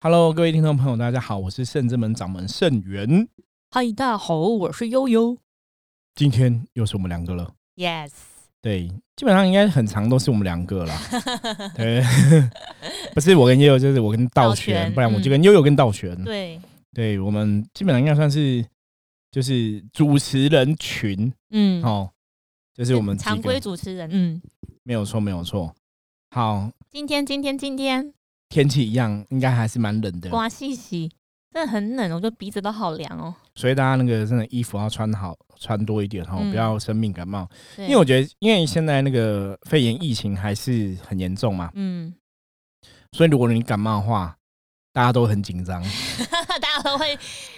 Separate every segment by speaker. Speaker 1: Hello，各位听众朋友，大家好，我是圣之门掌门圣元。
Speaker 2: 嗨，大家好，我是悠悠。
Speaker 1: 今天又是我们两个了，
Speaker 2: Yes，
Speaker 1: 对，基本上应该很长都是我们两个 啦。对， 不是我跟悠悠，就是我跟道
Speaker 2: 道
Speaker 1: 玄，
Speaker 2: 玄
Speaker 1: 不然我就
Speaker 2: 嗯
Speaker 1: 跟悠悠跟道玄。
Speaker 2: 对，
Speaker 1: 对，我们基本上应该算是就是主持人群
Speaker 2: 嗯，
Speaker 1: 哦，就是我们几
Speaker 2: 常
Speaker 1: 个
Speaker 2: 规主持人。嗯，
Speaker 1: 没有错，没有错。好，
Speaker 2: 今天今天今天
Speaker 1: 天气一样，应该还是蛮冷的，
Speaker 2: 刮细细，真的很冷，我觉得鼻子都好凉哦。
Speaker 1: 所以大家那个真的衣服要穿好，穿多一点哈，
Speaker 2: 嗯
Speaker 1: 不要生病感冒。
Speaker 2: 对，
Speaker 1: 因为我觉得，因为现在那个肺炎疫情还是很严重嘛，
Speaker 2: 嗯，
Speaker 1: 所以如果你感冒的话，大家都很紧 张，
Speaker 2: 大家都会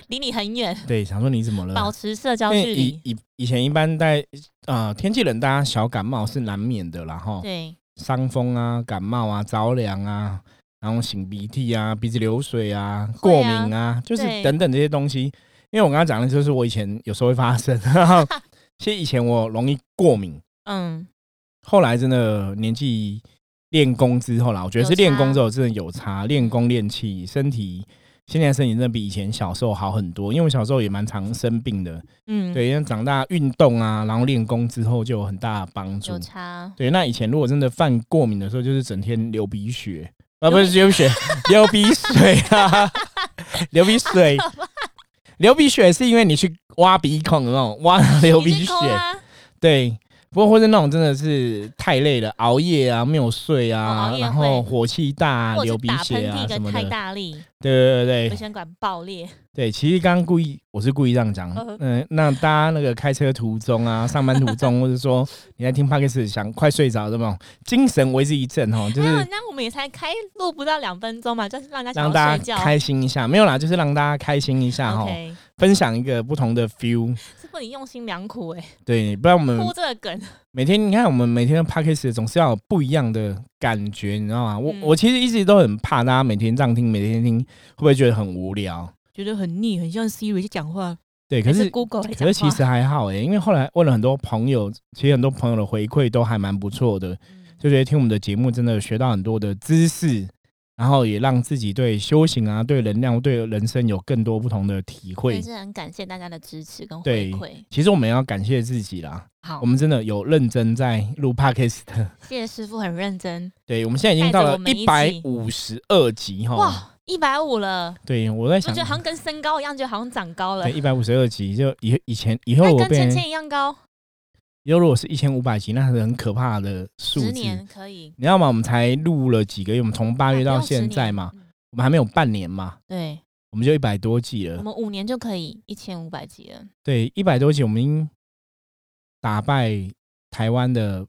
Speaker 2: 离你很远，
Speaker 1: 对，想说你怎么了？
Speaker 2: 保持社
Speaker 1: 嗯因
Speaker 2: 交
Speaker 1: 为
Speaker 2: 距
Speaker 1: 以
Speaker 2: 离。
Speaker 1: 以以前一般在呃天气冷，大家小感冒是难免的啦，哈，
Speaker 2: 对，
Speaker 1: 伤风啊、感冒啊、着凉啊，然后擤鼻涕啊、鼻子流水啊、过
Speaker 2: 会
Speaker 1: 敏啊，
Speaker 2: 啊
Speaker 1: 就是
Speaker 2: 对
Speaker 1: 等等这些东西。因为我刚刚讲的就是我以前有时候会发生，然 后其实以前我容易过敏，
Speaker 2: 嗯，
Speaker 1: 后来真的年纪练功之后啦，我觉得是
Speaker 2: 有
Speaker 1: 练功
Speaker 2: 差
Speaker 1: 之后真的有差，练功练气，身体现在身体真的比以前小时候好很多。因为我小时候也蛮常生病的，
Speaker 2: 嗯，，
Speaker 1: 对，因为长大运动啊，然后练功之后就有很大的帮助
Speaker 2: 有。差。
Speaker 1: 对，那以前如果真的犯过敏的时候，就是整天流鼻血， 啊，不
Speaker 2: 流
Speaker 1: 是流鼻血，流鼻水啊， 流鼻水，流鼻血是因为你去挖鼻孔的那种，挖流
Speaker 2: 你
Speaker 1: 鼻
Speaker 2: 是抠
Speaker 1: 血。
Speaker 2: 啊
Speaker 1: 对，不过或者那种真的是太累了，熬夜啊，没有睡啊，
Speaker 2: 哦熬夜
Speaker 1: 然后
Speaker 2: 会
Speaker 1: 火气大、啊，
Speaker 2: 或者
Speaker 1: 流
Speaker 2: 是
Speaker 1: 鼻
Speaker 2: 打
Speaker 1: 血
Speaker 2: 喷
Speaker 1: 啊
Speaker 2: 嚏
Speaker 1: 什么的
Speaker 2: 跟太。大力，
Speaker 1: 对对对
Speaker 2: 回
Speaker 1: 对
Speaker 2: 旋管爆裂。
Speaker 1: 对，其实刚刚故意我是故意这样 讲，
Speaker 2: 呃
Speaker 1: 嗯、那大家那个开车途中啊，上班途中，或者说 你在听 podcast 想快睡着的那种，精神为之一振 哦，就
Speaker 2: 没有
Speaker 1: 是，
Speaker 2: 那我们也才开录不到两分钟嘛，就是让大家
Speaker 1: 让
Speaker 2: 想要
Speaker 1: 大
Speaker 2: 睡
Speaker 1: 家
Speaker 2: 觉。
Speaker 1: 开心一下，没有啦，就是让大家开心一下哈
Speaker 2: OK，
Speaker 1: 分享一个不同的 feel。
Speaker 2: 是不你用心良苦哎、
Speaker 1: 对，不然我们
Speaker 2: 铺这个梗，
Speaker 1: 每天你看，我们每天的 p a c k a g e 总是要有不一样的感觉，你知道吗？我、
Speaker 2: 嗯
Speaker 1: 我其实一直都很怕大家每天这样听，每天听会不会觉得很无聊？
Speaker 2: 觉得很腻，很像 Siri 在讲话，
Speaker 1: 对，可
Speaker 2: 还
Speaker 1: 是
Speaker 2: Google 在
Speaker 1: 可
Speaker 2: 讲
Speaker 1: 是
Speaker 2: 话。
Speaker 1: 其实还好欸诶、因为后来问了很多朋友，其实很多朋友的回馈都还蛮不错的，
Speaker 2: 嗯
Speaker 1: 就觉得听我们的节目真的学到很多的知识，然后也让自己对修行啊、对能量、对人生有更多不同的体
Speaker 2: 所
Speaker 1: 会
Speaker 2: 以。是很感谢大家的支持跟
Speaker 1: 对
Speaker 2: 回馈。
Speaker 1: 其实我们要感谢自己啦，
Speaker 2: 好，
Speaker 1: 我们真的有认真在录 p a c k a g e
Speaker 2: 谢谢师傅很认真。
Speaker 1: 对，我们现在已经到了
Speaker 2: 带着我们
Speaker 1: 一
Speaker 2: 一
Speaker 1: 百
Speaker 2: 起
Speaker 1: 五十二集哈。
Speaker 2: 哇，一百五了，
Speaker 1: 对，哦我在
Speaker 2: 我
Speaker 1: 想
Speaker 2: 觉，得好像跟身高一样，就好像长高了
Speaker 1: 对，，一百五十二集就以以前以后
Speaker 2: 那
Speaker 1: 我
Speaker 2: 跟
Speaker 1: 变
Speaker 2: 芊
Speaker 1: 成，
Speaker 2: 芊一样高，
Speaker 1: 以后如果是一千五百集，那是很可怕的数字。
Speaker 2: 十年可以。
Speaker 1: 你知道吗？我们才录了几个月，我们从八月到现在嘛
Speaker 2: 啊，不，用十年嗯
Speaker 1: 我们还没有半年嘛，
Speaker 2: 对
Speaker 1: 我们就一百多集了
Speaker 2: 我。们五年就可以一千五百集了。
Speaker 1: 对，一百多集，我们已经打败台湾的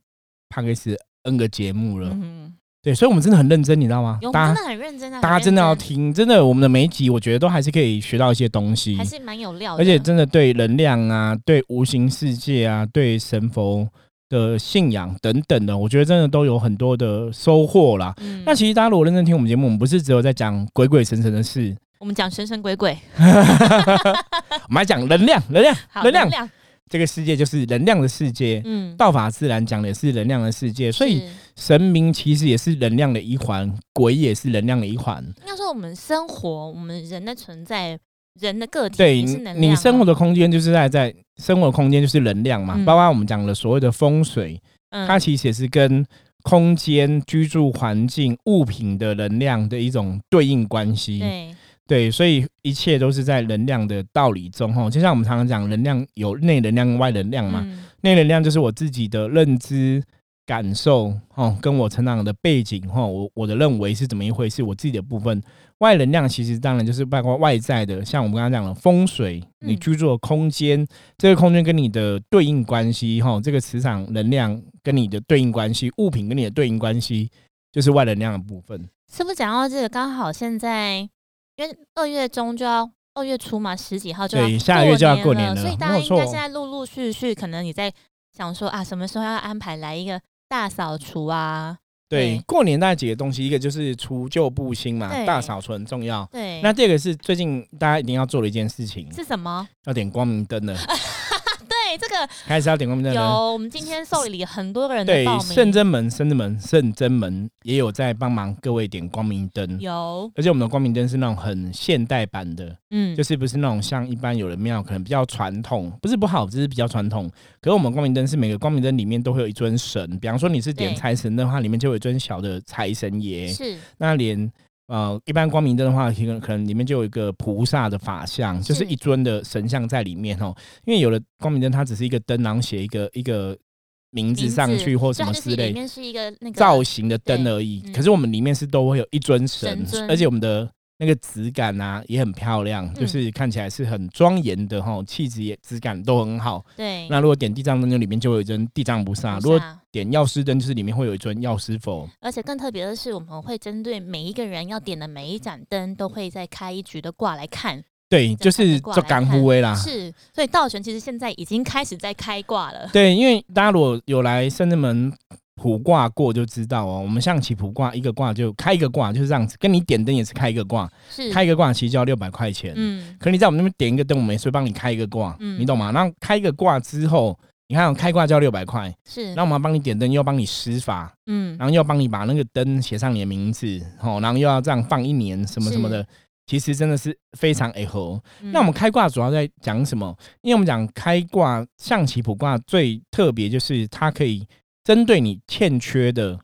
Speaker 1: 帕克斯 N 个节目了。
Speaker 2: 嗯，
Speaker 1: 对，所以我们真的很认真，你知道吗
Speaker 2: 有？我
Speaker 1: 大家
Speaker 2: 们真的很认真啊，
Speaker 1: 大家
Speaker 2: 很
Speaker 1: 真的要
Speaker 2: 认
Speaker 1: 听，真的，我们的每一集我觉得都还是可以学到一些东西，
Speaker 2: 还是蛮有料的，
Speaker 1: 而且真的对能量啊、对无形世界啊、对神佛的信仰等等的，我觉得真的都有很多的收获啦。
Speaker 2: 嗯，
Speaker 1: 那其实大家如果认真听我们节目，我们不是只有在讲鬼鬼神神的事，
Speaker 2: 我们讲神神鬼鬼，
Speaker 1: 我们还讲能量、能量、
Speaker 2: 好
Speaker 1: 能量
Speaker 2: 能。量，
Speaker 1: 这个世界就是能量的世界，
Speaker 2: 嗯，
Speaker 1: 道法自然讲的也是能量的世界，所以
Speaker 2: 是
Speaker 1: 神明其实也是能量的一环，鬼也是能量的一环。
Speaker 2: 应该说我们生活，我们人的存在，人的个体
Speaker 1: 对
Speaker 2: 也是
Speaker 1: 你
Speaker 2: 能量，啊
Speaker 1: 你生活，的空间就是在在生活空间就是能量嘛，
Speaker 2: 嗯
Speaker 1: 包括我们讲的所谓的风水，
Speaker 2: 嗯
Speaker 1: 它其实也是跟空间、居住环境、物品的能量的一种对应关系。
Speaker 2: 对，
Speaker 1: 对，所以一切都是在能量的道理中吼。就像我们常常讲，能量有内能量跟外能量嘛。
Speaker 2: 嗯
Speaker 1: 内能量就是我自己的认知、感受哦，跟我成长的背景哦，我我的认为是怎么一回事，我自己的部分。外能量其实当然就是包括外在的，像我们刚刚讲的风水，
Speaker 2: 嗯
Speaker 1: 你居住的空间，这个空间跟你的对应关系哈、哦，这个磁场能量跟你的对应关系，物品跟你的对应关系，就是外能量的部分。
Speaker 2: 师傅讲到这个，刚好现在因为二月中就要。二月初嘛，十几号就要
Speaker 1: 对下个月就要过年了
Speaker 2: 了，所以大
Speaker 1: 没
Speaker 2: 家
Speaker 1: 有
Speaker 2: 应
Speaker 1: 错
Speaker 2: 该现在陆陆续续，可能你在想说啊，什么时候要安排来一个大扫除啊？
Speaker 1: 对，
Speaker 2: 对
Speaker 1: 过年那几个东西，一个就是除旧布新嘛，
Speaker 2: 对
Speaker 1: 大扫除很重要。
Speaker 2: 对，
Speaker 1: 那这个是最近大家一定要做的一件事情，
Speaker 2: 是什么？
Speaker 1: 要点光明灯了。
Speaker 2: 对，这个
Speaker 1: 开始要点关门的人，
Speaker 2: 有，我们今天受理很多个人的
Speaker 1: 对
Speaker 2: 报，名，
Speaker 1: 圣真门、圣真门、圣真门也有在帮忙各位点光明灯，
Speaker 2: 有，
Speaker 1: 而且我们的光明灯是那种很现代版的，
Speaker 2: 嗯，
Speaker 1: 就是不是那种像一般有的庙可能比较传统，不是不好，只是比较传统。可是我们光明灯是每个光明灯里面都会有一尊神，比方说你是点
Speaker 2: 对
Speaker 1: 财神的话，里面就有一尊小的财神爷。
Speaker 2: 是
Speaker 1: 那连呃一般光明灯的话，可能可能里面就有一个菩萨的法像，就是
Speaker 2: 是
Speaker 1: 一尊的神像在里面哦。因为有的光明灯它只是一个灯，然后写一个一个名字
Speaker 2: 名
Speaker 1: 上
Speaker 2: 字
Speaker 1: 去或什
Speaker 2: 所以它
Speaker 1: 么
Speaker 2: 就是
Speaker 1: 之
Speaker 2: 里
Speaker 1: 类，
Speaker 2: 面是一个那个
Speaker 1: 造型的灯
Speaker 2: 对
Speaker 1: 而已。
Speaker 2: 嗯
Speaker 1: 可是我们里面是都会有一尊神
Speaker 2: 神，尊嗯
Speaker 1: 而且我们的那个质感啊也很漂亮，就是看起来是很庄严的哈，气质也质感都很好。
Speaker 2: 对，
Speaker 1: 那如果点地藏灯，就里面就会有一尊地藏菩萨；
Speaker 2: 哎菩
Speaker 1: 如果
Speaker 2: 萨
Speaker 1: 点药师灯，就是里面会有一尊药师佛。
Speaker 2: 而且更特别的是，我们会针对每一个人要点的每一盏灯，都会再开一局的卦来看。
Speaker 1: 对，就
Speaker 2: 整个
Speaker 1: 是
Speaker 2: 挂
Speaker 1: 做
Speaker 2: 来
Speaker 1: 干
Speaker 2: 看
Speaker 1: 护威啦。
Speaker 2: 是，所以道玄其实现在已经开始在开卦了。
Speaker 1: 对，因为大家如果有来深圳门卜卦过，就知道哦。我们象棋卜卦，一个卦就开一个卦，就是这样子。跟你点灯也是开一个卦，
Speaker 2: 是，
Speaker 1: 开一个卦其实就要六百块钱。
Speaker 2: 嗯，
Speaker 1: 可你在我们那边点一个灯，我们也是会帮你开一个卦，
Speaker 2: 嗯
Speaker 1: 你懂吗？然后开一个卦之后，你看、哦、开卦就要六百块，
Speaker 2: 是
Speaker 1: 然，后我们要帮你点灯，又要帮你施法，
Speaker 2: 嗯，
Speaker 1: 然后又要帮你把那个灯写上你的名字，哦，然后又要这样放一年什么什么的。其实真的是非常哎吼。
Speaker 2: 嗯
Speaker 1: 那我们开挂主要在讲什么？因为我们讲开挂，象棋卜卦最特别就是它可以针对你欠缺的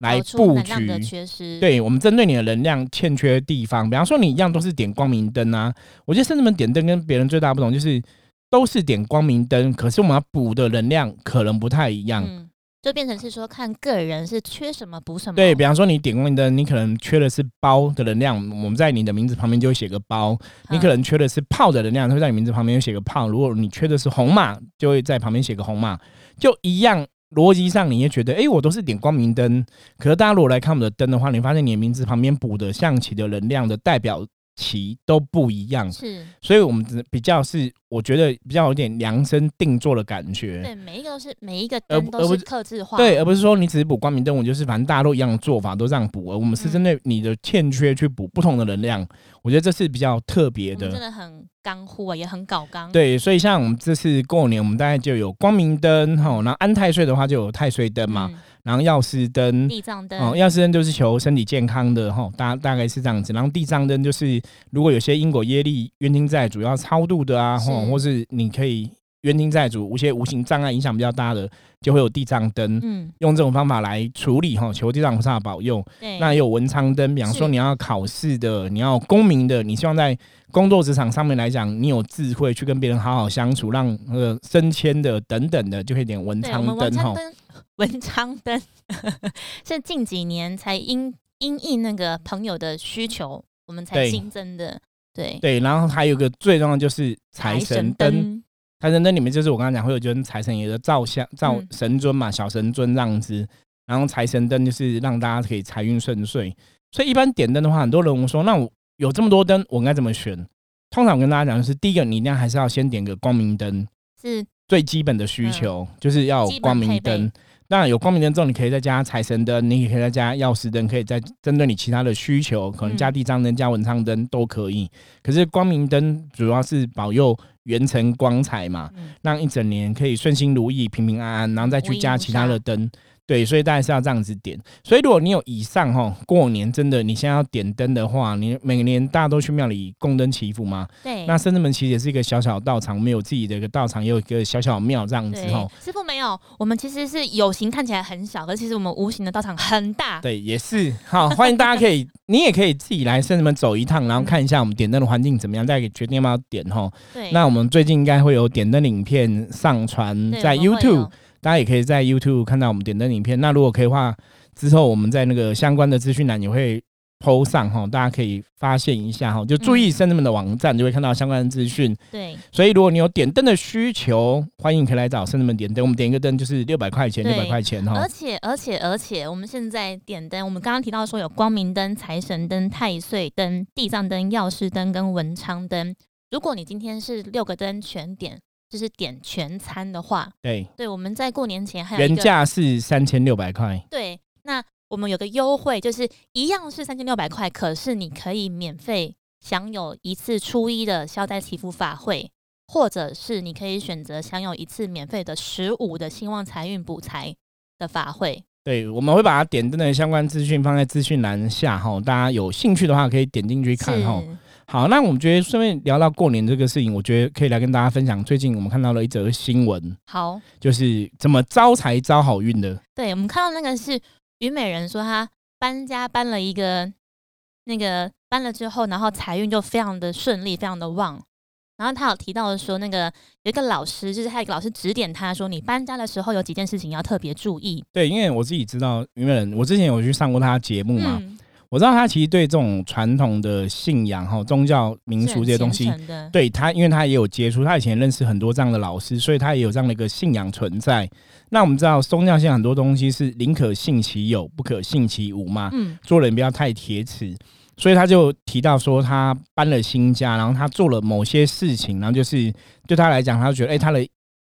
Speaker 1: 来
Speaker 2: 找出
Speaker 1: 布
Speaker 2: 能量的
Speaker 1: 局。
Speaker 2: 缺失，，
Speaker 1: 对，我们针对你的能量欠缺的地方，比方说你一样都是点光明灯啊，我觉得甚至们点灯跟别人最大不同就是都是点光明灯，可是我们要补的能量可能不太一样。
Speaker 2: 嗯，就变成是说看个人是缺什么补什么。
Speaker 1: 对比方说，你点光明灯，你可能缺的是包的能量，我们在你的名字旁边就会写个包；你
Speaker 2: 嗯
Speaker 1: 可能缺的是炮的能量，会在你名字旁边写个炮。如果你缺的是红马，就会在旁边写个红马。就一样逻辑上，你也觉得，诶，我都是点光明灯。可是大家如果来看我们的灯的话，你发现你的名字旁边补的象棋的能量的代表棋都不一样
Speaker 2: 嗯，是，
Speaker 1: 所以我们只比较是，我觉得比较有点量身定做的感觉。
Speaker 2: 对，每一个都是每一个
Speaker 1: 而
Speaker 2: 灯
Speaker 1: 不
Speaker 2: 都
Speaker 1: 而
Speaker 2: 是
Speaker 1: 不
Speaker 2: 克制化，
Speaker 1: 对，，而不是说你只是补光明灯，我就是反正大家都一样的做法，都这样补。而我们是针对你的欠缺去补不同的能量，我觉得这是比较特别
Speaker 2: 我们真
Speaker 1: 的。
Speaker 2: 的很刚乎啊，也很搞刚，，
Speaker 1: 对，所以像我们这次过年，我们大概就有光明灯吼，然后安太岁的话就有太岁灯嘛，
Speaker 2: 嗯，
Speaker 1: 然后药师灯，
Speaker 2: 地藏灯，
Speaker 1: 哦，药师灯就是求身体健康的吼，大大概是这样子。然后地藏灯就是如果有些因果业力冤亲债主要超度的啊，吼，
Speaker 2: 是
Speaker 1: 或是你可以冤亲债主无些无形障碍影响比较大的，就会有地藏灯。
Speaker 2: 嗯，
Speaker 1: 用这种方法来处理哈，求地藏菩萨保佑。
Speaker 2: 对，
Speaker 1: 那也有文昌灯，比方说
Speaker 2: 是
Speaker 1: 你要考试的，你要公民的，你希望在工作职场上面来讲，你有智慧去跟别人好好相处，让呃升迁的等等的，就可以点文
Speaker 2: 对，我
Speaker 1: 昌
Speaker 2: 们文
Speaker 1: 灯哈
Speaker 2: 昌。灯，文昌灯 是近几年才因因应那个朋友的需求，我们才
Speaker 1: 对
Speaker 2: 新增的。对，
Speaker 1: 对，然后还有一个最重要的就是财神灯，
Speaker 2: 灯，
Speaker 1: 财神灯里面就是我刚刚讲会有尊财神爷的造像、造
Speaker 2: 嗯
Speaker 1: 神尊嘛，小神尊这样子。然后财神灯就是让大家可以财运顺遂。所以一般点灯的话，很多人我说，那我有这么多灯，我应该怎么选？通常我跟大家讲，就是第一个，你一定还是要先点个光明灯，
Speaker 2: 是
Speaker 1: 最基本的需求、就是要有光明
Speaker 2: 嗯基本配
Speaker 1: 灯。那有光明灯之后，你可以再加财神灯，你也可以再加药师灯，可以再针对你其他的需求，可
Speaker 2: 嗯
Speaker 1: 能加地藏灯、加文昌灯都可以。可是光明灯主要是保佑元辰光彩嘛，
Speaker 2: 嗯
Speaker 1: 让一整年可以顺心如意、平平安安，然后再去加其他的灯。对，所以大家是要这样子点。所以如果你有以上哈，过年真的你现在要点灯的话，你每年大家都去庙里供灯祈福嘛。
Speaker 2: 对，
Speaker 1: 那深圳门其实也是一个小小的道场，我们有自己的一个道场，也有一个小小的庙这样子
Speaker 2: 对
Speaker 1: 哈。
Speaker 2: 师傅没有，我们其实是有形看起来很小，可是其实我们无形的道场很大。
Speaker 1: 对，也是好，欢迎大家可以，你也可以自己来深圳门走一趟，然后看一下我们点灯的环境怎么样，再决定要不要点哈。
Speaker 2: 对，
Speaker 1: 那我们最近应该会有点灯影片上传
Speaker 2: 对
Speaker 1: 在
Speaker 2: 我们会
Speaker 1: YouTube，
Speaker 2: 有
Speaker 1: 大家也可以在 YouTube 看到我们点灯影片。那如果可以的话，之后我们在那个相关的资讯栏也会 PO 上哈，大家可以发现一下哈，就注
Speaker 2: 嗯
Speaker 1: 意深圳门的网站就会看到相关的资讯。
Speaker 2: 对
Speaker 1: 所以如果你有点灯的需求，欢迎可以来找深圳门点灯。我们点一个灯就是六百块钱，六
Speaker 2: 对
Speaker 1: 百块钱哈
Speaker 2: 而。且而且而且，我们现在点灯，我们刚刚提到说有光明灯、财神灯、太岁灯、地藏灯、药师灯跟文昌灯。如果你今天是六个灯全点，就是点全餐的话，
Speaker 1: 对，
Speaker 2: 对，我们在过年前还有一
Speaker 1: 原
Speaker 2: 个
Speaker 1: 价是三千六百块。
Speaker 2: 对，那我们有个优惠，就是一样是三千六百块，可是你可以免费享有一次初一的消灾祈福法会。或者是你可以选择享有一次免费的十五的兴旺财运补财的法会。
Speaker 1: 对，我们会把它点灯的相关资讯放在资讯栏下哈，大家有兴趣的话可以点进去看哈。
Speaker 2: 是
Speaker 1: 好，那我们觉得顺便聊到过年这个事情，我觉得可以来跟大家分享。最近我们看到了一则新闻，
Speaker 2: 好，
Speaker 1: 就是怎么招财招好运的。
Speaker 2: 对我们看到那个是虞美人说她搬家搬了一个那个搬了之后，然后财运就非常的顺利，非常的旺。然后她有提到说，那个有一个老师，就是她有一个老师指点她说，你搬家的时候有几件事情要特别注意。
Speaker 1: 对，因为我自己知道虞美人，我之前有去上过他的节目
Speaker 2: 嗯
Speaker 1: 嘛，，我知道他其实对这种传统的信仰哈、宗教民俗这些东西，
Speaker 2: 是很虔诚的，
Speaker 1: 对他，因为他也有接触，他以前认识很多这样的老师，所以他也有这样的一个信仰存在。那我们知道宗教性很多东西是宁可信其有，不可信其无嘛，
Speaker 2: 嗯，
Speaker 1: 做人不要太铁齿。所以他就提到说，他搬了新家，然后他做了某些事情，然后就是对他来讲，他就觉得，哎、他的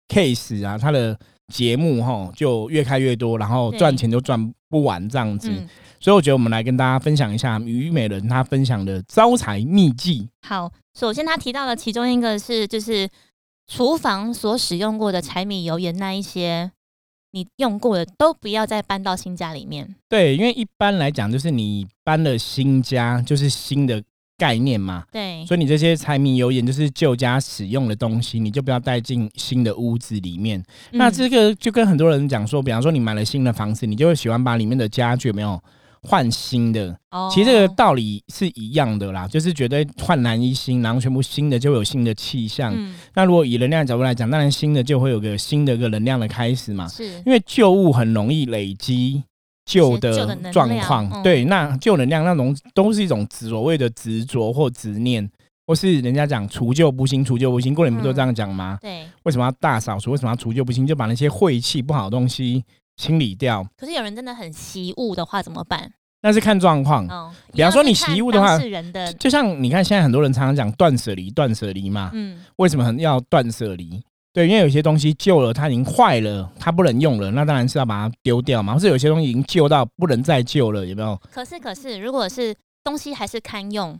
Speaker 1: case 啊，他的节目哈，就越开越多，然后
Speaker 2: 对
Speaker 1: 赚钱就赚不完这样子。
Speaker 2: 嗯，
Speaker 1: 所以我觉得我们来跟大家分享一下虞美人她分享的招财秘技。
Speaker 2: 好，首先他提到了其中一个是就是厨房所使用过的柴米油盐那一些，你用过的都不要再搬到新家里面。
Speaker 1: 对，因为一般来讲，就是你搬了新家，就是新的概念嘛，
Speaker 2: 对，
Speaker 1: 所以你这些柴米油盐就是旧家使用的东西，你就不要带进新的屋子里面。那
Speaker 2: 嗯
Speaker 1: 这个就跟很多人讲说，比方说你买了新的房子，你就会喜欢把里面的家具有没有换新的，
Speaker 2: 哦
Speaker 1: 其实这个道理是一样的啦，就是绝对焕然一新，然后全部新的就会有新的气象。
Speaker 2: 嗯
Speaker 1: 那如果以能量的角度来讲，当然新的就会有个新的一个能量的开始嘛。
Speaker 2: 是
Speaker 1: 啊因为旧物很容易累积旧
Speaker 2: 是旧的
Speaker 1: 的
Speaker 2: 能量
Speaker 1: 状况，
Speaker 2: 嗯
Speaker 1: 对，那旧能量那种都是一种所谓的执着或执念，或是人家讲除旧不新，除旧不新，过年
Speaker 2: 嗯
Speaker 1: 不都这样讲吗？
Speaker 2: 对，
Speaker 1: 为什么要大扫除？为什么要除旧不新？就把那些晦气不好的东西清理掉，
Speaker 2: 可是有人真的很习物的话怎么办？
Speaker 1: 那是看状况。
Speaker 2: 嗯，
Speaker 1: 比方说你
Speaker 2: 一样是看
Speaker 1: 习物的话
Speaker 2: 当事人的
Speaker 1: 就就像你看，现在很多人常常讲断舍离，断舍离嘛，
Speaker 2: 嗯
Speaker 1: 为什么很要断舍离？对，因为有些东西旧了，它已经坏了，它不能用了，那当然是要把它丢掉嘛。或是有些东西已经旧到不能再旧了，有没有？
Speaker 2: 可是可是如果是东西还是堪用，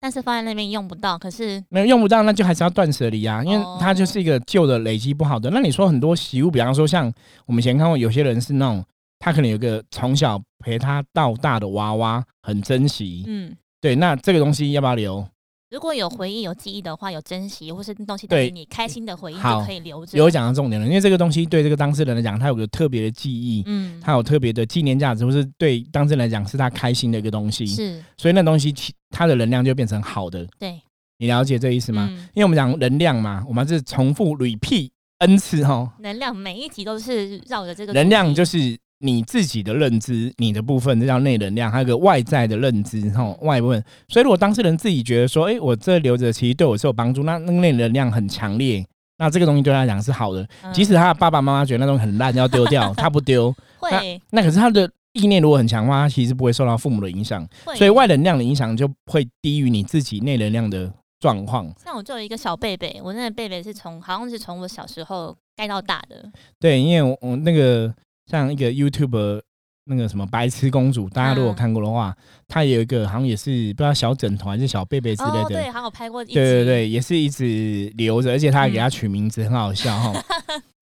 Speaker 2: 但是放在那边用不到，可是
Speaker 1: 没有用不到，那就还是要断舍离
Speaker 2: 哦
Speaker 1: 啊，因为它就是一个旧的累积不好的。那你说很多习物，比方说像我们以前看过有些人是那种，他可能有个从小陪他到大的娃娃，很珍惜。
Speaker 2: 嗯。
Speaker 1: 对，那这个东西要不要留？
Speaker 2: 如果有回忆、有记忆的话，有珍惜或是东西，
Speaker 1: 对
Speaker 2: 但是你开心的回忆
Speaker 1: 好
Speaker 2: 就可以留着。
Speaker 1: 有讲到重点了，因为这个东西对这个当事人来讲，他有个特别的记忆，
Speaker 2: 嗯，
Speaker 1: 他有特别的纪念价值，或是对当事人来讲是他开心的一个东西，
Speaker 2: 是
Speaker 1: 所以那东西其它的能量就变成好的。
Speaker 2: 对
Speaker 1: 你了解这意思吗？
Speaker 2: 嗯
Speaker 1: 因为我们讲能量嘛，我们是重复 repeat n 次哦哈，
Speaker 2: 能量每一集都是绕着这个
Speaker 1: 能量就是是你自己的认知，你的部分，这叫内能量，还有个外在的认知，哈，外部分。所以如果当事人自己觉得说，诶，我这留着其实对我是有帮助，那那个内能量很强烈，那这个东西对他来讲是好的。
Speaker 2: 嗯
Speaker 1: 即使他的爸爸妈妈觉得那种很烂要丢掉，他不丢，
Speaker 2: 会
Speaker 1: 那可是他的意念如果很强的话，他其实不会受到父母的影响，
Speaker 2: 会，
Speaker 1: 所以外能量的影响就会低于你自己内能量的状况。
Speaker 2: 像我就有一个小贝贝，我那个贝贝是从好像是从我小时候盖到大的，
Speaker 1: 对，因为我我那个像一个 YouTube 那个什么白痴公主，大家如果
Speaker 2: 嗯
Speaker 1: 看过的话，她有一个好像也是不知道小枕头还是小被被之类
Speaker 2: 哦，
Speaker 1: 的，
Speaker 2: 对，还有拍过一集，
Speaker 1: 对对对，也是一直留着，而且她还给
Speaker 2: 嗯
Speaker 1: 她取名字，很好笑 哈。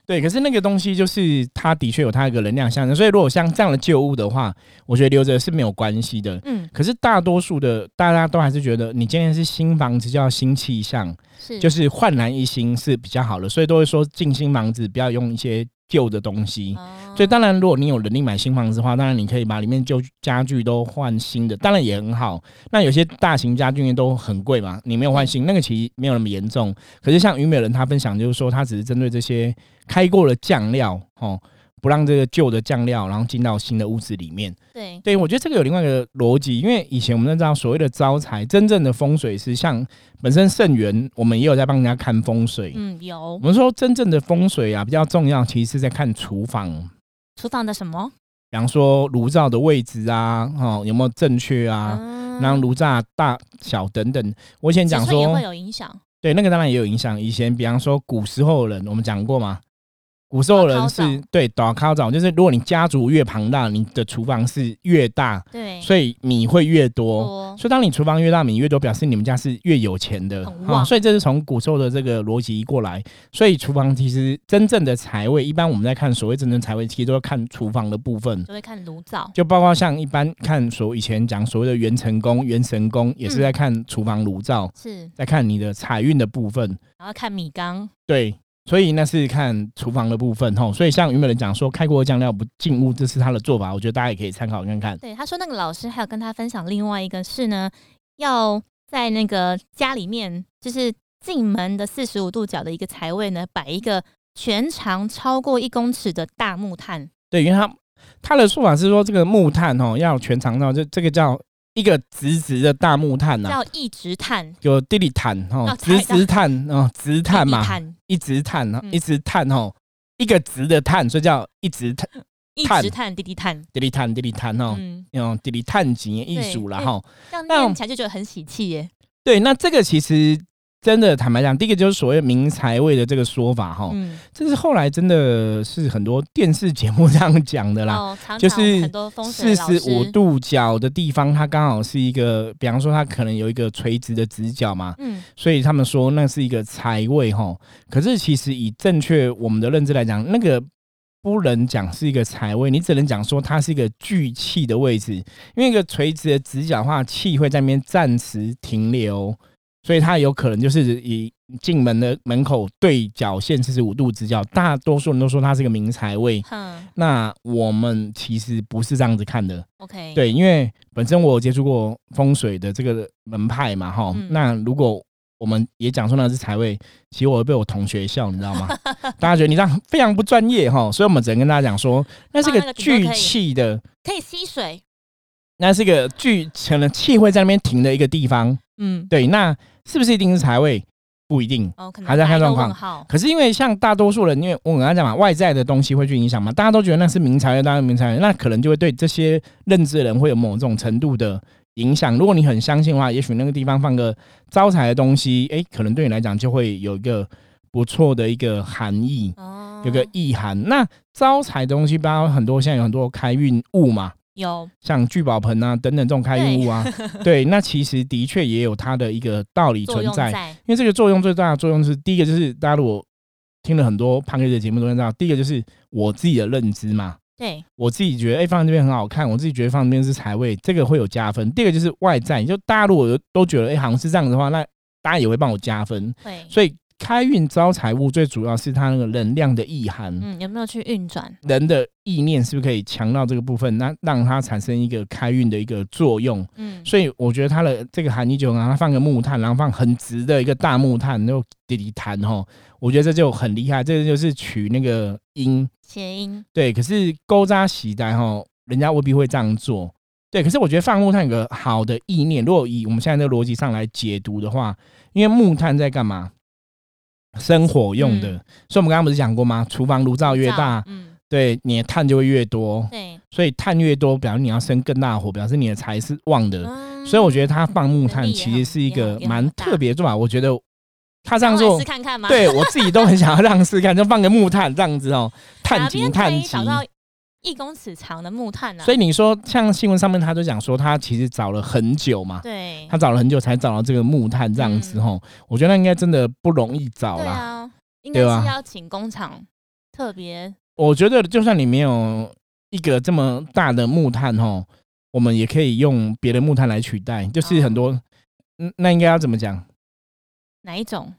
Speaker 1: 对，可是那个东西就是它的确有它一个能量象征，所以如果像这样的旧物的话，我觉得留着是没有关系的。
Speaker 2: 嗯，
Speaker 1: 可是大多数的大家都还是觉得，你今天是新房子就要新气象，
Speaker 2: 是
Speaker 1: 就是焕然一新是比较好的，所以都会说进新房子不要用一些旧的东西。
Speaker 2: 哦
Speaker 1: 所以当然，如果你有能力买新房子的话，当然你可以把里面旧家具都换新的，当然也很好。那有些大型家具都很贵嘛，你没有换新，那个其实没有那么严重。可是像虞美人她分享就是说，她只是针对这些开过的酱料，哦，不让这个旧的酱料，然后进到新的屋子里面。
Speaker 2: 对
Speaker 1: 对，我觉得这个有另外一个逻辑，因为以前我们都知道所谓的招财，真正的风水师，像本身圣元，我们也有在帮人家看风水。
Speaker 2: 嗯
Speaker 1: 我
Speaker 2: 有
Speaker 1: 们说真正的风水啊，比较重要，其实是在看厨房，
Speaker 2: 厨房的什么
Speaker 1: 比方说炉灶的位置啊，哦有没有正确啊，
Speaker 2: 啊
Speaker 1: 然后炉灶大小等等。我以前讲
Speaker 2: 也会
Speaker 1: 说，
Speaker 2: 有影响，
Speaker 1: 对那个当然也有影响。以前比方说古时候的人，我们讲过嘛，古时候人
Speaker 2: 打烤
Speaker 1: 是对打烤灶，就是如果你家族越庞大，你的厨房是越大，
Speaker 2: 对，
Speaker 1: 所以米会越多。
Speaker 2: 多
Speaker 1: 所以当你厨房越大，米越多，表示你们家是越有钱的
Speaker 2: 很
Speaker 1: 啊、
Speaker 2: 旺
Speaker 1: 所以这是从古时候的这个逻辑过来。所以厨房其实真正的财位，一般我们在看所谓真正财位，其实都要看厨房的部分。
Speaker 2: 就会看炉灶，
Speaker 1: 就包括像一般看所以前讲所谓的元成功、元神功，也是在看厨房炉灶，
Speaker 2: 是，
Speaker 1: 在看你的财运的部分。
Speaker 2: 然后看米缸，
Speaker 1: 对，所以那是看厨房的部分吼。所以像原本人讲说开锅酱料不进屋，这是他的做法，我觉得大家也可以参考看看。
Speaker 2: 对，他说那个老师还有跟他分享另外一个是呢，要在那个家里面，就是进门的四十五度角的一个财位呢，摆一个全长超过一公尺的大木炭，
Speaker 1: 对，因为他他的说法是说这个木炭哦要全长到这这个叫一个直直的大木炭呐、
Speaker 2: 叫一直炭，
Speaker 1: 有地理炭哦
Speaker 2: 哦，
Speaker 1: 直
Speaker 2: 台
Speaker 1: 直炭哦，直炭
Speaker 2: 一
Speaker 1: 嘛，
Speaker 2: 炭，
Speaker 1: 一直炭啊，
Speaker 2: 嗯
Speaker 1: 一直炭哦，一个直的炭，所以叫一直炭，
Speaker 2: 一
Speaker 1: 炭
Speaker 2: 直炭，滴滴炭，
Speaker 1: 地理炭，地理炭哦。
Speaker 2: 嗯，
Speaker 1: 嗯，地理探景的艺术啦
Speaker 2: 对
Speaker 1: 哈。
Speaker 2: 这样
Speaker 1: 那我
Speaker 2: 念起来就觉得很喜气耶，
Speaker 1: 对，那这个其实真的坦白讲，第一个就是所谓明财位的这个说法哈，
Speaker 2: 嗯，
Speaker 1: 这是后来真的是很多电视节目这样讲的啦。
Speaker 2: 哦，常
Speaker 1: 就
Speaker 2: 常
Speaker 1: 是
Speaker 2: 很多风水
Speaker 1: 四
Speaker 2: 老师
Speaker 1: 十五，度角的地方，它刚好是一个，比方说它可能有一个垂直的直角嘛，
Speaker 2: 嗯，
Speaker 1: 所以他们说那是一个财位哈。可是其实以正确我们的认知来讲，那个不能讲是一个财位，你只能讲说它是一个聚气的位置，因为一个垂直的直角的话，气会在那边暂时停留，所以它有可能就是以进门的门口对角线四十五度直角，大多数人都说它是一个明财位。
Speaker 2: 哼
Speaker 1: 那我们其实不是这样子看的，
Speaker 2: ，OK，，
Speaker 1: 对，因为本身我有接触过风水的这个门派嘛，哈、
Speaker 2: 嗯
Speaker 1: 那如果我们也讲说那是财位，其实我会被我同学笑，你知道 吗？大家觉得你这样非常不专业哈，所以我们只能跟大家讲说，那是
Speaker 2: 啊放那
Speaker 1: 个
Speaker 2: 个顶
Speaker 1: 聚
Speaker 2: 都可以
Speaker 1: 气的，
Speaker 2: 可以吸水，
Speaker 1: 那是个聚成了气会在那边停的一个地方。
Speaker 2: 嗯，
Speaker 1: 对，那是不是一定是财位？不一定。
Speaker 2: 哦，可能
Speaker 1: 还在
Speaker 2: 打
Speaker 1: 看
Speaker 2: 一个
Speaker 1: 状况
Speaker 2: 问号，
Speaker 1: 可是因为像大多数人，因为我跟他讲嘛，外在的东西会去影响嘛，大家都觉得那是明财位，当然明财位，那可能就会对这些认知的人会有某种程度的影响。如果你很相信的话，也许那个地方放个招财的东西，诶，可能对你来讲就会有一个不错的一个含义，
Speaker 2: 哦，
Speaker 1: 有个意涵。那招财的东西，包括很多现在有很多开运物嘛，
Speaker 2: 有，
Speaker 1: 像聚宝盆啊等等这种开运物啊，对，那其实的确也有它的一个道理
Speaker 2: 作
Speaker 1: 存
Speaker 2: 用
Speaker 1: 在。
Speaker 2: 在，
Speaker 1: 因为这个作用最大的作用是，第一个就是大家如果听了很多 p a n k 的节目都知道，第一个就是我自己的认知嘛，
Speaker 2: 对，
Speaker 1: 我自己觉得哎、放在这边很好看，我自己觉得哎放这边是财位，这个会有加分。第二个就是外在，就大家如果都觉得哎、好像是这样的话，那大家也会帮我加分。
Speaker 2: 会，
Speaker 1: 所以开运招财物最主要是它那个能量的意涵，
Speaker 2: 嗯，有没有去运转？
Speaker 1: 人的意念是不是可以强到这个部分，那让它产生一个开运的一个作用。
Speaker 2: 嗯，
Speaker 1: 所以我觉得它的这个含义就很好，它放个木炭，然后放很直的一个大木炭，然后滴滴弹哈，我觉得这就很厉害，这就是取那个音
Speaker 2: 谐音，
Speaker 1: 对。可是勾扎喜带哈，人家未必会这样做。对，可是我觉得放木炭有个好的意念，如果以我们现在这个逻辑上来解读的话，因为木炭在干嘛？生火用的，
Speaker 2: 嗯
Speaker 1: 所以我们刚刚不是讲过吗？厨房炉灶越大，
Speaker 2: 嗯，
Speaker 1: 对，你的炭就会越多，
Speaker 2: 对，
Speaker 1: 所以炭越多，表示你要生更大的火，表示你的财是旺
Speaker 2: 嗯
Speaker 1: 的。呃所以我觉得他放木炭其实是一个蛮特别的做法。我觉得他这样
Speaker 2: 我
Speaker 1: 做
Speaker 2: 试， 看看 嘛，，
Speaker 1: 对我自己都很想要让试看，就放个木炭这样子哦，探
Speaker 2: 哪
Speaker 1: 井
Speaker 2: 边可
Speaker 1: 探
Speaker 2: 以
Speaker 1: 井
Speaker 2: 找。到一公尺长的木炭呢？啊
Speaker 1: 所
Speaker 2: 以，
Speaker 1: 以你说像新闻上面他就讲说，他其实找了很久嘛，
Speaker 2: 对，嗯
Speaker 1: 他找了很久才找到这个木炭这样子哦。我觉得那应该真的不容易找
Speaker 2: 对
Speaker 1: 啦。
Speaker 2: 啊，应该
Speaker 1: 对吧
Speaker 2: 是要请工厂特别，
Speaker 1: 我觉得就算你没有一个这么大的木炭哦，我们也可以用别的木炭来取代，就是
Speaker 2: 哦
Speaker 1: 很多。嗯，那应该要怎么讲？
Speaker 2: 哪一种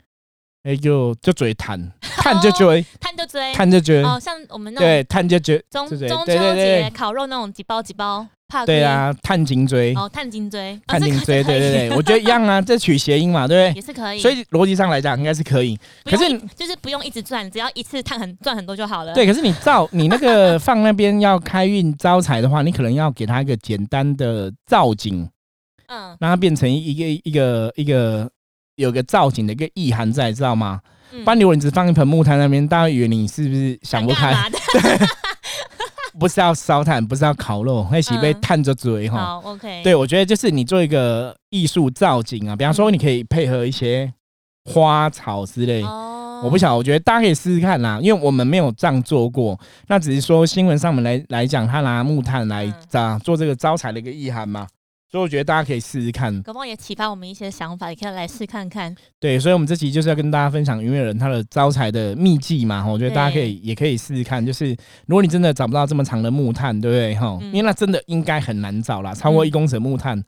Speaker 1: 哎、就就嘴 弹，炭就追，
Speaker 2: 炭就追
Speaker 1: 炭就追，
Speaker 2: 哦，像我们那种
Speaker 1: 对，炭就追，
Speaker 2: 中
Speaker 1: 对对
Speaker 2: 中秋
Speaker 1: 对对对
Speaker 2: 节烤肉那种几包几包，怕
Speaker 1: 对，啊，炭颈追，
Speaker 2: 哦，炭金锥，
Speaker 1: 炭
Speaker 2: 金
Speaker 1: 颈追，对对对，我觉得一样 啊，这取谐音嘛，对不
Speaker 2: 也是可
Speaker 1: 对？
Speaker 2: 以，
Speaker 1: 所以逻辑上来讲应该是可以，
Speaker 2: 不用
Speaker 1: 可是
Speaker 2: 一就是不用一直转，只要一次探很赚很多就好了。
Speaker 1: 对。可是你造你那个 放那边要开运招财的话，你可能要给它一个简单的造景，
Speaker 2: 嗯，
Speaker 1: 让它变成一个一个一个有个造景的一个意涵在，知道吗？
Speaker 2: 嗯，
Speaker 1: 不然如果你只放一盆木炭那边，大家以为你是不是想不
Speaker 2: 干
Speaker 1: 开？
Speaker 2: 嘛的？
Speaker 1: 不是要烧炭，不是要烤肉，那起被
Speaker 2: 嗯
Speaker 1: 炭着嘴哈。
Speaker 2: 好
Speaker 1: 哦
Speaker 2: ，OK，
Speaker 1: 对，我觉得就是你做一个艺术造景啊，比方说你可以配合一些花草之类，
Speaker 2: 嗯哦，哦
Speaker 1: 我不晓得，我觉得大家可以试试看啦，因为我们没有这样做过。那只是说新闻上面来来讲，他拿木炭来
Speaker 2: 嗯
Speaker 1: 咋做这个招财的一个意涵嘛，所以我觉得大家可以试试看。
Speaker 2: 搞不好也启发我们一些想法，也可以来试看看。
Speaker 1: 对，所以我们这期就是要跟大家分享云月人他的招财的秘技嘛，吼我觉得大家可以也可以试试看，就是如果你真的找不到这么长的木炭，对不对？哈、
Speaker 2: 嗯
Speaker 1: 因为那真的应该很难找啦，超过一公尺的木炭。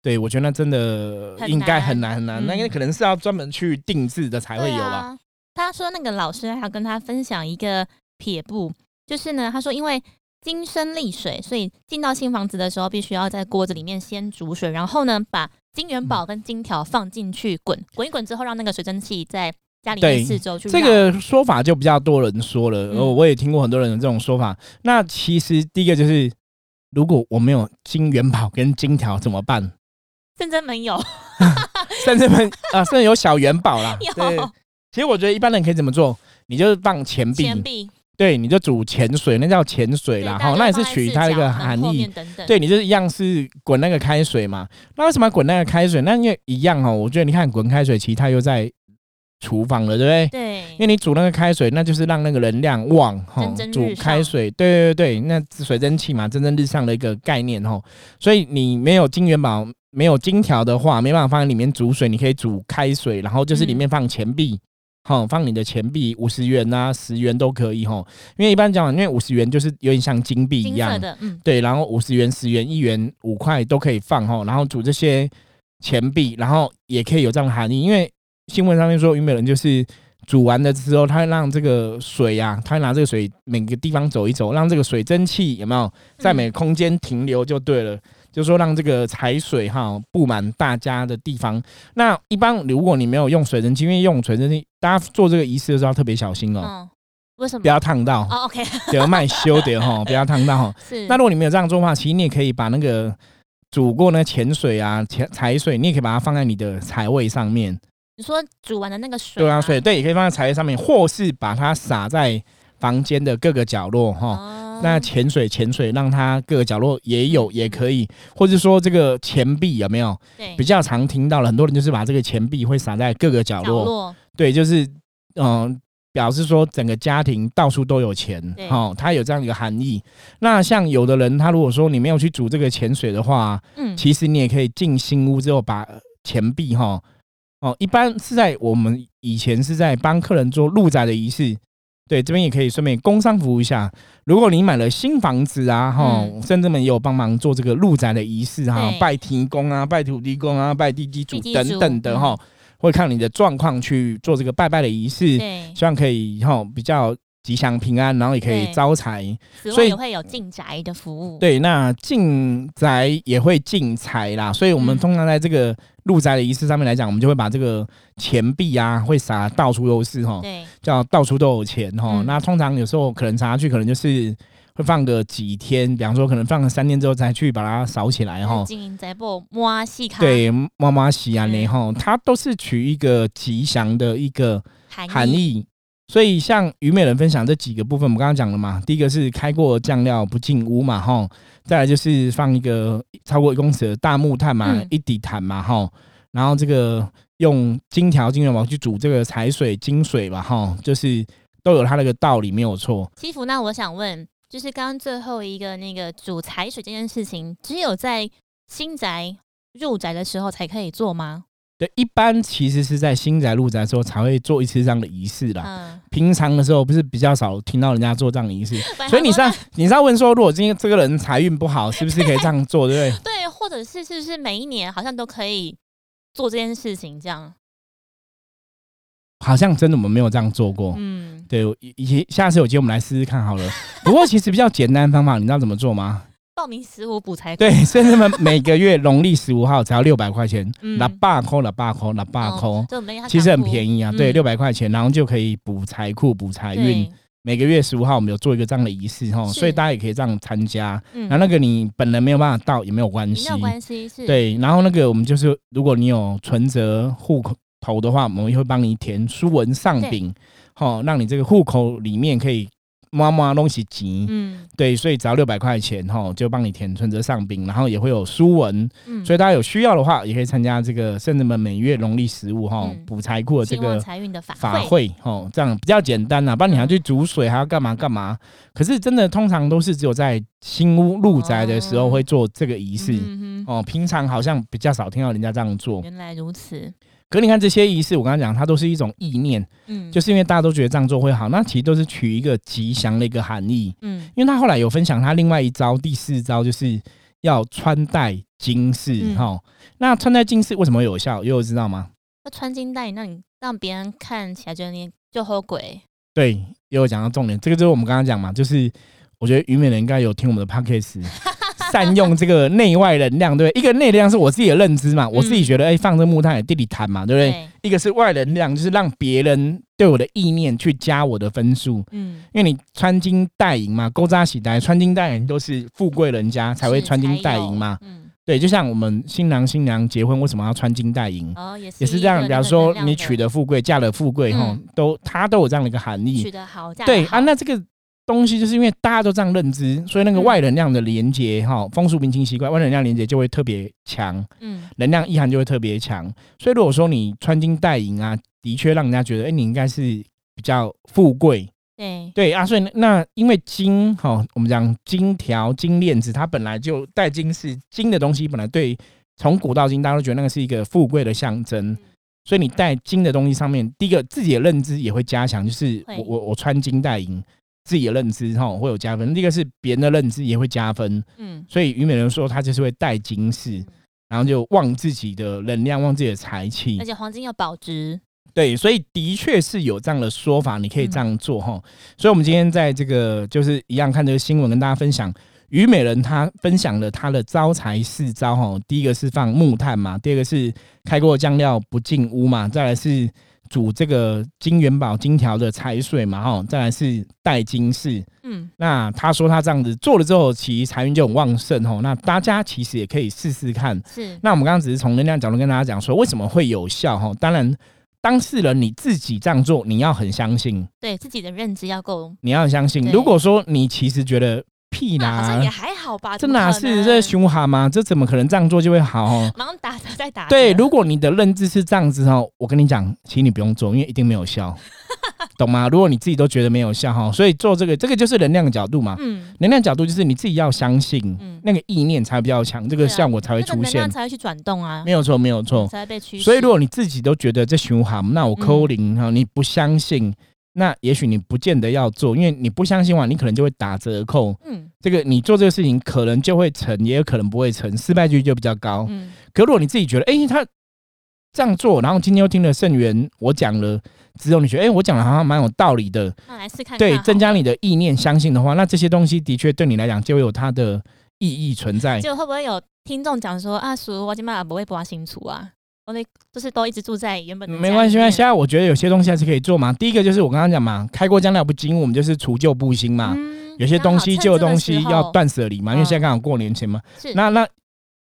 Speaker 1: 对，我觉得那真的
Speaker 2: 很
Speaker 1: 应该
Speaker 2: 难嗯
Speaker 1: 很难很难，那应该可能是要专门去定制的才会有吧。
Speaker 2: 对啊。他说那个老师还要跟他分享一个撇步，就是呢，他说因为金生丽水，所以进到新房子的时候，必须要在锅子里面先煮水，然后呢，把金元
Speaker 1: 嗯
Speaker 2: 宝跟金条放进去滚，滚一滚之后，让那个水蒸气在家里面
Speaker 1: 对
Speaker 2: 四周去
Speaker 1: 这
Speaker 2: 绕
Speaker 1: 个说法就比较多人说了，
Speaker 2: 嗯
Speaker 1: 呃，我也听过很多人有这种说法。那其实第一个就是，如果我没有金元宝跟金条怎么办？
Speaker 2: 甚至没有，
Speaker 1: 甚至们啊，甚至有小元宝啦
Speaker 2: 有。
Speaker 1: 对，其实我觉得一般人可以怎么做？你就是放钱币，
Speaker 2: 钱币
Speaker 1: 对，你就煮钱水，那叫钱水
Speaker 2: 对
Speaker 1: 啦。
Speaker 2: 大
Speaker 1: 好，
Speaker 2: 家
Speaker 1: 那也
Speaker 2: 放
Speaker 1: 是
Speaker 2: 在
Speaker 1: 取
Speaker 2: 四
Speaker 1: 它一
Speaker 2: 角
Speaker 1: 个
Speaker 2: 然后
Speaker 1: 含
Speaker 2: 后
Speaker 1: 义
Speaker 2: 面。等等，
Speaker 1: 对你就是一样是滚那个开水嘛。那为什么要滚那个开水？那因为一样哦，我觉得你看滚开水，其实它又在厨房了，对不对？因为
Speaker 2: 对，
Speaker 1: 你煮那个开水，那就是让那个能量旺吼
Speaker 2: 蒸，蒸
Speaker 1: 煮
Speaker 2: 日
Speaker 1: 开水，对对对，那水蒸气嘛，蒸蒸日上的一个概念吼。所以你没有金元宝，没有金条的话，没办法放在里面煮水，你可以煮开水，然后就是里
Speaker 2: 嗯
Speaker 1: 面放钱币。好，放你的钱币，五十元啊，十元都可以吼。因为一般讲，因为五十元就是有点像金币一
Speaker 2: 金
Speaker 1: 样
Speaker 2: 色，的，嗯，
Speaker 1: 对，然后五十元、十元、一元、五块都可以放吼，然后煮这些钱币，然后也可以有这样的含义，因为新闻上面说，虞美人就是煮完了之后，他会让这个水啊，他会拿这个水每个地方走一走，让这个水蒸气有没有在每
Speaker 2: 嗯
Speaker 1: 个空间停留就对了。就说让这个财水哈布满大家的地方。那一般如果你没有用水蒸气，因为用水蒸气，大家做这个仪式的时候要特别小心哦，
Speaker 2: 嗯，为什么
Speaker 1: 不？要烫到，
Speaker 2: 哦，OK，
Speaker 1: 得卖修得哈，不要烫到哈。
Speaker 2: 是
Speaker 1: 那如果你没有这样做的话，其实你也可以把那个煮过那潜水啊、钱财水，你也可以把它放在你的财位上面。
Speaker 2: 你说煮完的那个水
Speaker 1: 对啊，
Speaker 2: 吗
Speaker 1: 水对，也可以放在财位上面，或是把它撒在房间的各个角落哈。
Speaker 2: 哦
Speaker 1: 那潜水潜水，让它各个角落也有
Speaker 2: 嗯
Speaker 1: 也可以，或者说这个钱币有没有
Speaker 2: 对
Speaker 1: 比较常听到了？很多人就是把这个钱币会撒在各个角
Speaker 2: 角
Speaker 1: 落，
Speaker 2: 落
Speaker 1: 对，就是嗯、表示说整个家庭到处都有钱
Speaker 2: 对，
Speaker 1: 哦，它有这样一个含义。那像有的人，他如果说你没有去煮这个钱水的话，
Speaker 2: 嗯，
Speaker 1: 其实你也可以进新屋之后把呃钱币哈哦，一般是在我们以前是在帮客人做入宅的仪式。对，这边也可以顺便工商服务一下。如果你买了新房子啊，哈、
Speaker 2: 嗯
Speaker 1: 甚至们也有帮忙做这个入宅的仪式哈、
Speaker 2: 对
Speaker 1: 拜天公啊，拜土地公啊，拜地基主
Speaker 2: 地基
Speaker 1: 等
Speaker 2: 主嗯
Speaker 1: 等的哈、会看你的状况去做这个拜拜的仪式，
Speaker 2: 对，
Speaker 1: 希望可以哈、比较吉祥平安，然后也可以
Speaker 2: 对
Speaker 1: 招财。
Speaker 2: 此
Speaker 1: 所
Speaker 2: 外
Speaker 1: 以
Speaker 2: 也会有进宅的服务。，
Speaker 1: 对，那进宅也会进财啦，所以我们
Speaker 2: 嗯
Speaker 1: 通常在这个入宅的仪式上面来讲，我们就会把这个钱币啊，会撒到处都是哈，
Speaker 2: 对，
Speaker 1: 叫到处都有钱哈。
Speaker 2: 嗯
Speaker 1: 那通常有时候可能撒下去，可能就是会放个几天，比方说可能放了三天之后才去把它扫起来哈。
Speaker 2: 经营宅部摸细看
Speaker 1: 对，妈妈喜啊，你
Speaker 2: 嗯
Speaker 1: 哈，它都是取一个吉祥的一个
Speaker 2: 含
Speaker 1: 含义。所以像虞美人分享这几个部分，我们刚刚讲了嘛，第一个是开过酱料不进屋嘛，吼，再来就是放一个超过一公尺的大木炭嘛，
Speaker 2: 嗯
Speaker 1: 一底坛嘛，吼，然后这个用金条、金元宝去煮这个财水、金水嘛，吼，就是都有它那个道理，没有错。
Speaker 2: 西服，那我想问，就是刚刚最后一个那个煮财水这件事情，只有在新宅入宅的时候才可以做吗？
Speaker 1: 对，一般其实是在新宅入宅的时候才会做一次这样的仪式啦。
Speaker 2: 嗯，
Speaker 1: 平常的时候不是比较少听到人家做这样的仪式，
Speaker 2: 本来
Speaker 1: 所以你是
Speaker 2: 想
Speaker 1: 要
Speaker 2: 说
Speaker 1: 你是要问说，如果今天这个人财运不好，是不是可以这样做，对不对？
Speaker 2: 那对，或者是是不是每一年好像都可以做这件事情这样？
Speaker 1: 好像真的我们没有这样做过。
Speaker 2: 嗯，
Speaker 1: 对，我以以下次有机会我们来试试看 好了。不过其实比较简单的方法，你知道怎么做吗？
Speaker 2: 报名十五补财库
Speaker 1: 对，甚至们每个月农历十五号只要六百块钱，
Speaker 2: 嗯哦
Speaker 1: 那八扣了八扣了八扣，
Speaker 2: 就没
Speaker 1: 其实很便
Speaker 2: 宜，
Speaker 1: 宜啊。
Speaker 2: 嗯
Speaker 1: 对，六百块钱，然后就可以补财库、补财运。
Speaker 2: 对，
Speaker 1: 每个月十五号我们有做一个这样的仪式哈，
Speaker 2: 是
Speaker 1: 所以大家也可以这样参加。
Speaker 2: 嗯
Speaker 1: 然后那个你本人没有办法到也没有关
Speaker 2: 没
Speaker 1: 系
Speaker 2: 有，关系是，
Speaker 1: 对。然后那个我们就是，如果你有存折、户口头的话，我们会帮你填书文上
Speaker 2: 对
Speaker 1: 禀，好、让你这个户口里面可以妈妈弄起急，
Speaker 2: 嗯
Speaker 1: 对，所以只要六百块钱哈，就帮你填存折上宾，然后也会有书文，
Speaker 2: 嗯，
Speaker 1: 所
Speaker 2: 以
Speaker 1: 以大家有需要的话，也可以参加这个圣人们每月农历十五哈
Speaker 2: 嗯
Speaker 1: 补财库的这
Speaker 2: 希
Speaker 1: 个
Speaker 2: 望财运的法
Speaker 1: 法会哦，这样比较简单啦、不然你还要去煮水，还要干嘛干嘛。可是真的通常都是只有在新屋入宅的时候
Speaker 2: 哦
Speaker 1: 会做这个仪式。
Speaker 2: 嗯哼
Speaker 1: 哦，平常好像比较少听到人家这样做。
Speaker 2: 原来如此，
Speaker 1: 可你看这些仪式，我刚刚讲，它都是一种意念，
Speaker 2: 嗯，
Speaker 1: 就是是因为大家都觉得这样做会好，那其实都是取一个吉祥的一个含义。
Speaker 2: 嗯
Speaker 1: 因为他后来有分享他另外一招，第四招就是要穿戴金饰
Speaker 2: 嗯
Speaker 1: 哈、哦那穿戴金饰为什么有效？有知道吗？
Speaker 2: 那穿金戴银，让你让别人看起来觉得你就后鬼，
Speaker 1: 对，也有讲到重点，这个就是我们刚刚讲嘛，就是我觉得虞美人应该有听我们的 podcast，善 用这个内外能量，对不对？一个内量是我自己的认知嘛，我自己觉得哎、放这木炭给地里弹嘛，对不对？
Speaker 2: 对，
Speaker 1: 一个是外能量，就是让别人对我的意念去加我的分数，
Speaker 2: 嗯，
Speaker 1: 因为你穿金戴银嘛，勾扎喜戴，穿金戴银都是富贵人家才会
Speaker 2: 哦是
Speaker 1: 穿金
Speaker 2: 才
Speaker 1: 戴
Speaker 2: 有
Speaker 1: 银嘛。
Speaker 2: 嗯，
Speaker 1: 对，就像我们新郎新娘结婚为什么要穿金戴银？
Speaker 2: 哦，也是
Speaker 1: 也是这样，
Speaker 2: 一个
Speaker 1: 比方
Speaker 2: 那个
Speaker 1: 说
Speaker 2: 能量
Speaker 1: 你
Speaker 2: 的
Speaker 1: 娶的富贵，嫁的富贵，吼、
Speaker 2: 嗯
Speaker 1: 都它都有这样的一个含义。
Speaker 2: 取得好，嫁得
Speaker 1: 对啊，
Speaker 2: 好
Speaker 1: 那这个东西就是因为大家都这样认知，所以那个
Speaker 2: 嗯
Speaker 1: 外能量的连接哈、风俗民情习惯，外能量连接就会特别强，
Speaker 2: 嗯
Speaker 1: 能量意涵就会特别强。所以如果说你穿金戴银啊，的确让人家觉得，哎、你应该是比较富贵。
Speaker 2: 对，
Speaker 1: 对啊，所以那那因为金哈、我们讲金条、金链子，它本来就戴金是金的东西，本来对从古到今大家都觉得那个是一个富贵的象征。所以你戴金的东西上面，第一个自己的认知也会加强，就是
Speaker 2: 会
Speaker 1: 我我我穿金戴银，自己的认知哈会有加分。第一个是别人的认知也会加分，
Speaker 2: 嗯
Speaker 1: 所以虞美人说她就是会戴金饰，然后就旺自己的能量，旺自己的财气
Speaker 2: 而。且黄金要保值，
Speaker 1: 对，所以的确是有这样的说法，你可
Speaker 2: 嗯
Speaker 1: 以这样做哈、所以，我们今天在这个就是一样看这个新闻，跟大家分享虞美人她分享了她的招财四招哈。第一个是放木炭嘛，第二个是开锅酱料不进屋嘛，再来是煮这个金元宝金条的财水嘛哈，再来是戴金饰。
Speaker 2: 嗯，
Speaker 1: 那她说她这样子做了之后，其实财运就很旺盛哦。那大家其实也可以试试看，
Speaker 2: 是，
Speaker 1: 那我们刚刚只是从能量角度跟大家讲说，为什么会有效哈？当然，当事人你自己这样做，你要很相信，
Speaker 2: 对自己的认知要够，
Speaker 1: 你要很相信。
Speaker 2: 对
Speaker 1: 如果说你其实觉得屁
Speaker 2: 那好像也
Speaker 1: 啦，
Speaker 2: 还好吧，
Speaker 1: 这
Speaker 2: 怎么
Speaker 1: 哪
Speaker 2: 可
Speaker 1: 啊是
Speaker 2: 能
Speaker 1: 这熊蛤吗？这怎么可能这样做就会好 哦？
Speaker 2: 马上打折再打折，
Speaker 1: 对，如果你的认知是这样子哦，我跟你讲，其实你不用做，因为一定没有效，懂吗？如果你自己都觉得没有效哈，所以做这个，这个就是能量的角度嘛。
Speaker 2: 嗯，
Speaker 1: 能量角度就是你自己要相信，
Speaker 2: 嗯
Speaker 1: 那个意念才比较强，这个
Speaker 2: 对啊
Speaker 1: 效果才会
Speaker 2: 那个
Speaker 1: 出
Speaker 2: 能
Speaker 1: 现
Speaker 2: 量。才会去转动啊
Speaker 1: 没，有错，没有错。
Speaker 2: 才会被驱使，
Speaker 1: 所以，如果你自己都觉得这循环，那我扣
Speaker 2: 嗯
Speaker 1: 零哈，你不相信，那也许你不见得要做，因为你不相信的话，你可能就会打折扣。
Speaker 2: 嗯
Speaker 1: 这个你做这个事情，可能就会成，也有可能不会成，失败率就比较高。
Speaker 2: 嗯
Speaker 1: 可如果你自己觉得，哎、他这样做，然后今天又听了圣元我讲了之后，你觉得，哎、我讲的好像蛮有道理的，
Speaker 2: 那来试看看好了，
Speaker 1: 对，增加你的意念相信的话，那这些东西的确对你来讲就会有它的意义存在。
Speaker 2: 就会不会有听众讲说啊，叔，我今麦不会播新厝啊，我的就是都一直住在原本的
Speaker 1: 没
Speaker 2: 家
Speaker 1: 关系，
Speaker 2: 里
Speaker 1: 没
Speaker 2: 面
Speaker 1: 关系。啊。我觉得有些东西还是可以做嘛。第一个就是我刚刚讲嘛，开锅将料不精，我们就是除旧布新嘛。啊
Speaker 2: 嗯
Speaker 1: 有些东西旧的东西要，
Speaker 2: 刚好趁
Speaker 1: 断舍离嘛，因为现在刚好过年前嘛。
Speaker 2: 嗯这个时候是
Speaker 1: 那那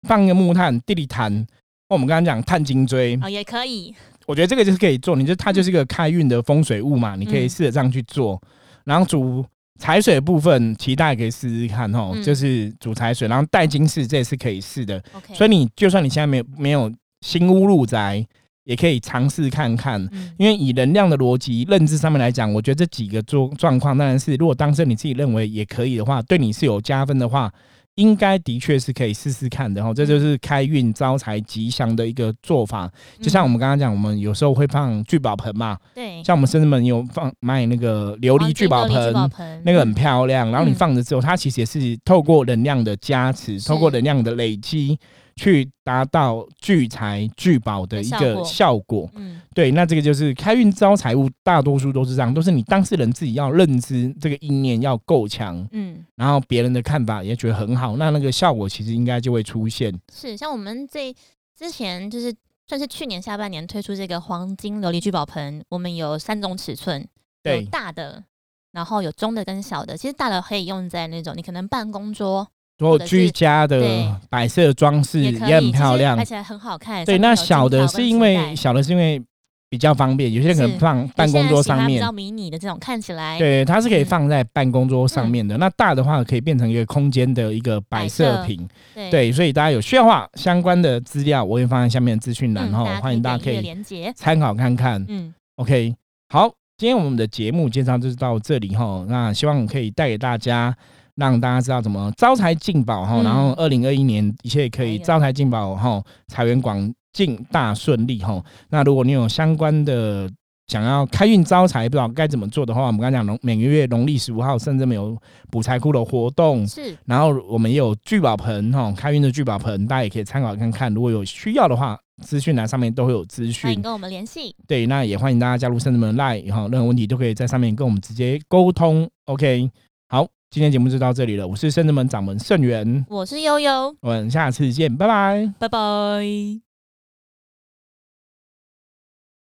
Speaker 1: 放个木炭、地里炭，我们刚刚讲炭金锥，
Speaker 2: 哦也可以，
Speaker 1: 我觉得这个就是可以做。你就它就是一个开运的风水物嘛，你可以
Speaker 2: 嗯
Speaker 1: 试着这样去做。然后煮财水的部分，其实大家也可以试试看哦，
Speaker 2: 嗯
Speaker 1: 就是煮财水，然后带金饰这也是可以试的。
Speaker 2: OK，
Speaker 1: 所以你就算你现在没有没有新屋入宅，也可以尝试看看。
Speaker 2: 嗯
Speaker 1: 因为以能量的逻辑认知上面来讲，我觉得这几个状状况，当然是如果当事人你自己认为也可以的话，对你是有加分的话，应该的确是可以试试看
Speaker 2: 嗯
Speaker 1: 的。然后哦这就是开运招财吉祥的一个做法。就像我们刚刚讲，我们有时候会放聚宝盆嘛，
Speaker 2: 对
Speaker 1: 像我们深圳门有放卖那个琉
Speaker 2: 嗯黄
Speaker 1: 璃
Speaker 2: 金
Speaker 1: 聚宝
Speaker 2: 琉璃聚
Speaker 1: 盆，
Speaker 2: 宝盆
Speaker 1: 那个很漂亮。然后你
Speaker 2: 嗯
Speaker 1: 放着之后，它其实也是透过能量的加持，透过
Speaker 2: 是
Speaker 1: 能量的累积，去达到聚财聚宝的
Speaker 2: 的
Speaker 1: 一
Speaker 2: 效
Speaker 1: 个
Speaker 2: 果
Speaker 1: 效果。
Speaker 2: 嗯
Speaker 1: 对，那这个就是开运招财物，大多数都是这样，都是你当事人自己要认知这个意念要够强，
Speaker 2: 嗯
Speaker 1: 然后别人的看法也觉得很好，那那个效果其实应该就会出现。
Speaker 2: 是像我们这之前就是。算是去年下半年推出这个黄金琉璃聚宝盆，我们有三种尺寸，有
Speaker 1: 对，
Speaker 2: 大的，然后有中的跟小的。其实大的可以用在那种你可能办公桌，
Speaker 1: 然后
Speaker 2: 或者是
Speaker 1: 居家
Speaker 2: 对
Speaker 1: 的摆设装饰
Speaker 2: 也
Speaker 1: 也
Speaker 2: 可以，
Speaker 1: 很漂
Speaker 2: 其实
Speaker 1: 亮
Speaker 2: 拍。起来很好看。
Speaker 1: 对，
Speaker 2: 上面
Speaker 1: 那
Speaker 2: 有
Speaker 1: 小
Speaker 2: 金条
Speaker 1: 的
Speaker 2: 跟
Speaker 1: 是因
Speaker 2: 纸
Speaker 1: 为
Speaker 2: 袋
Speaker 1: 小的是因为比较方便，有些人可能
Speaker 2: 是
Speaker 1: 放办公桌上
Speaker 2: 现在
Speaker 1: 面
Speaker 2: 喜欢比较，迷你的这种看起来，
Speaker 1: 对，它是可以
Speaker 2: 嗯
Speaker 1: 放在办公桌上面的。那大的话可以变成一个空间的一个摆
Speaker 2: 摆
Speaker 1: 设
Speaker 2: 设
Speaker 1: 品，
Speaker 2: 对
Speaker 1: 对，所以大家有需要的话，相关的资料我也放在下面的资讯栏
Speaker 2: 嗯
Speaker 1: 哈，
Speaker 2: 家
Speaker 1: 欢迎大家可
Speaker 2: 点阅
Speaker 1: 以
Speaker 2: 连接，
Speaker 1: 参考看看。
Speaker 2: 嗯，
Speaker 1: OK，好，今天我们的节目介绍就是到这里哈。那希望可以带给大家，让大家知道怎么招财进宝哈。
Speaker 2: 嗯哎
Speaker 1: 然后二零二一年一切可以
Speaker 2: 可以
Speaker 1: 招财进宝哈，财源广进大顺利哈。那如果你有相关的想要开运招财，不知道该怎么做的话，我们刚才讲农每个月农历十五号，甚至没有补财库的活动。
Speaker 2: 是
Speaker 1: 然后我们也有聚宝盆哈，开运的聚宝盆，大家也可以参考看看。如果有需要的话，资讯栏上面都会有资
Speaker 2: 欢
Speaker 1: 讯
Speaker 2: 迎。跟我们联系，
Speaker 1: 对，那也欢迎大家加入圣人们 Line 哈，任何问题都可以在上面跟我们直接沟通。OK，好，今天节目就到这里了，我是圣人们掌门盛元，
Speaker 2: 我是悠悠，
Speaker 1: 我们下次见，拜拜。
Speaker 2: 拜拜。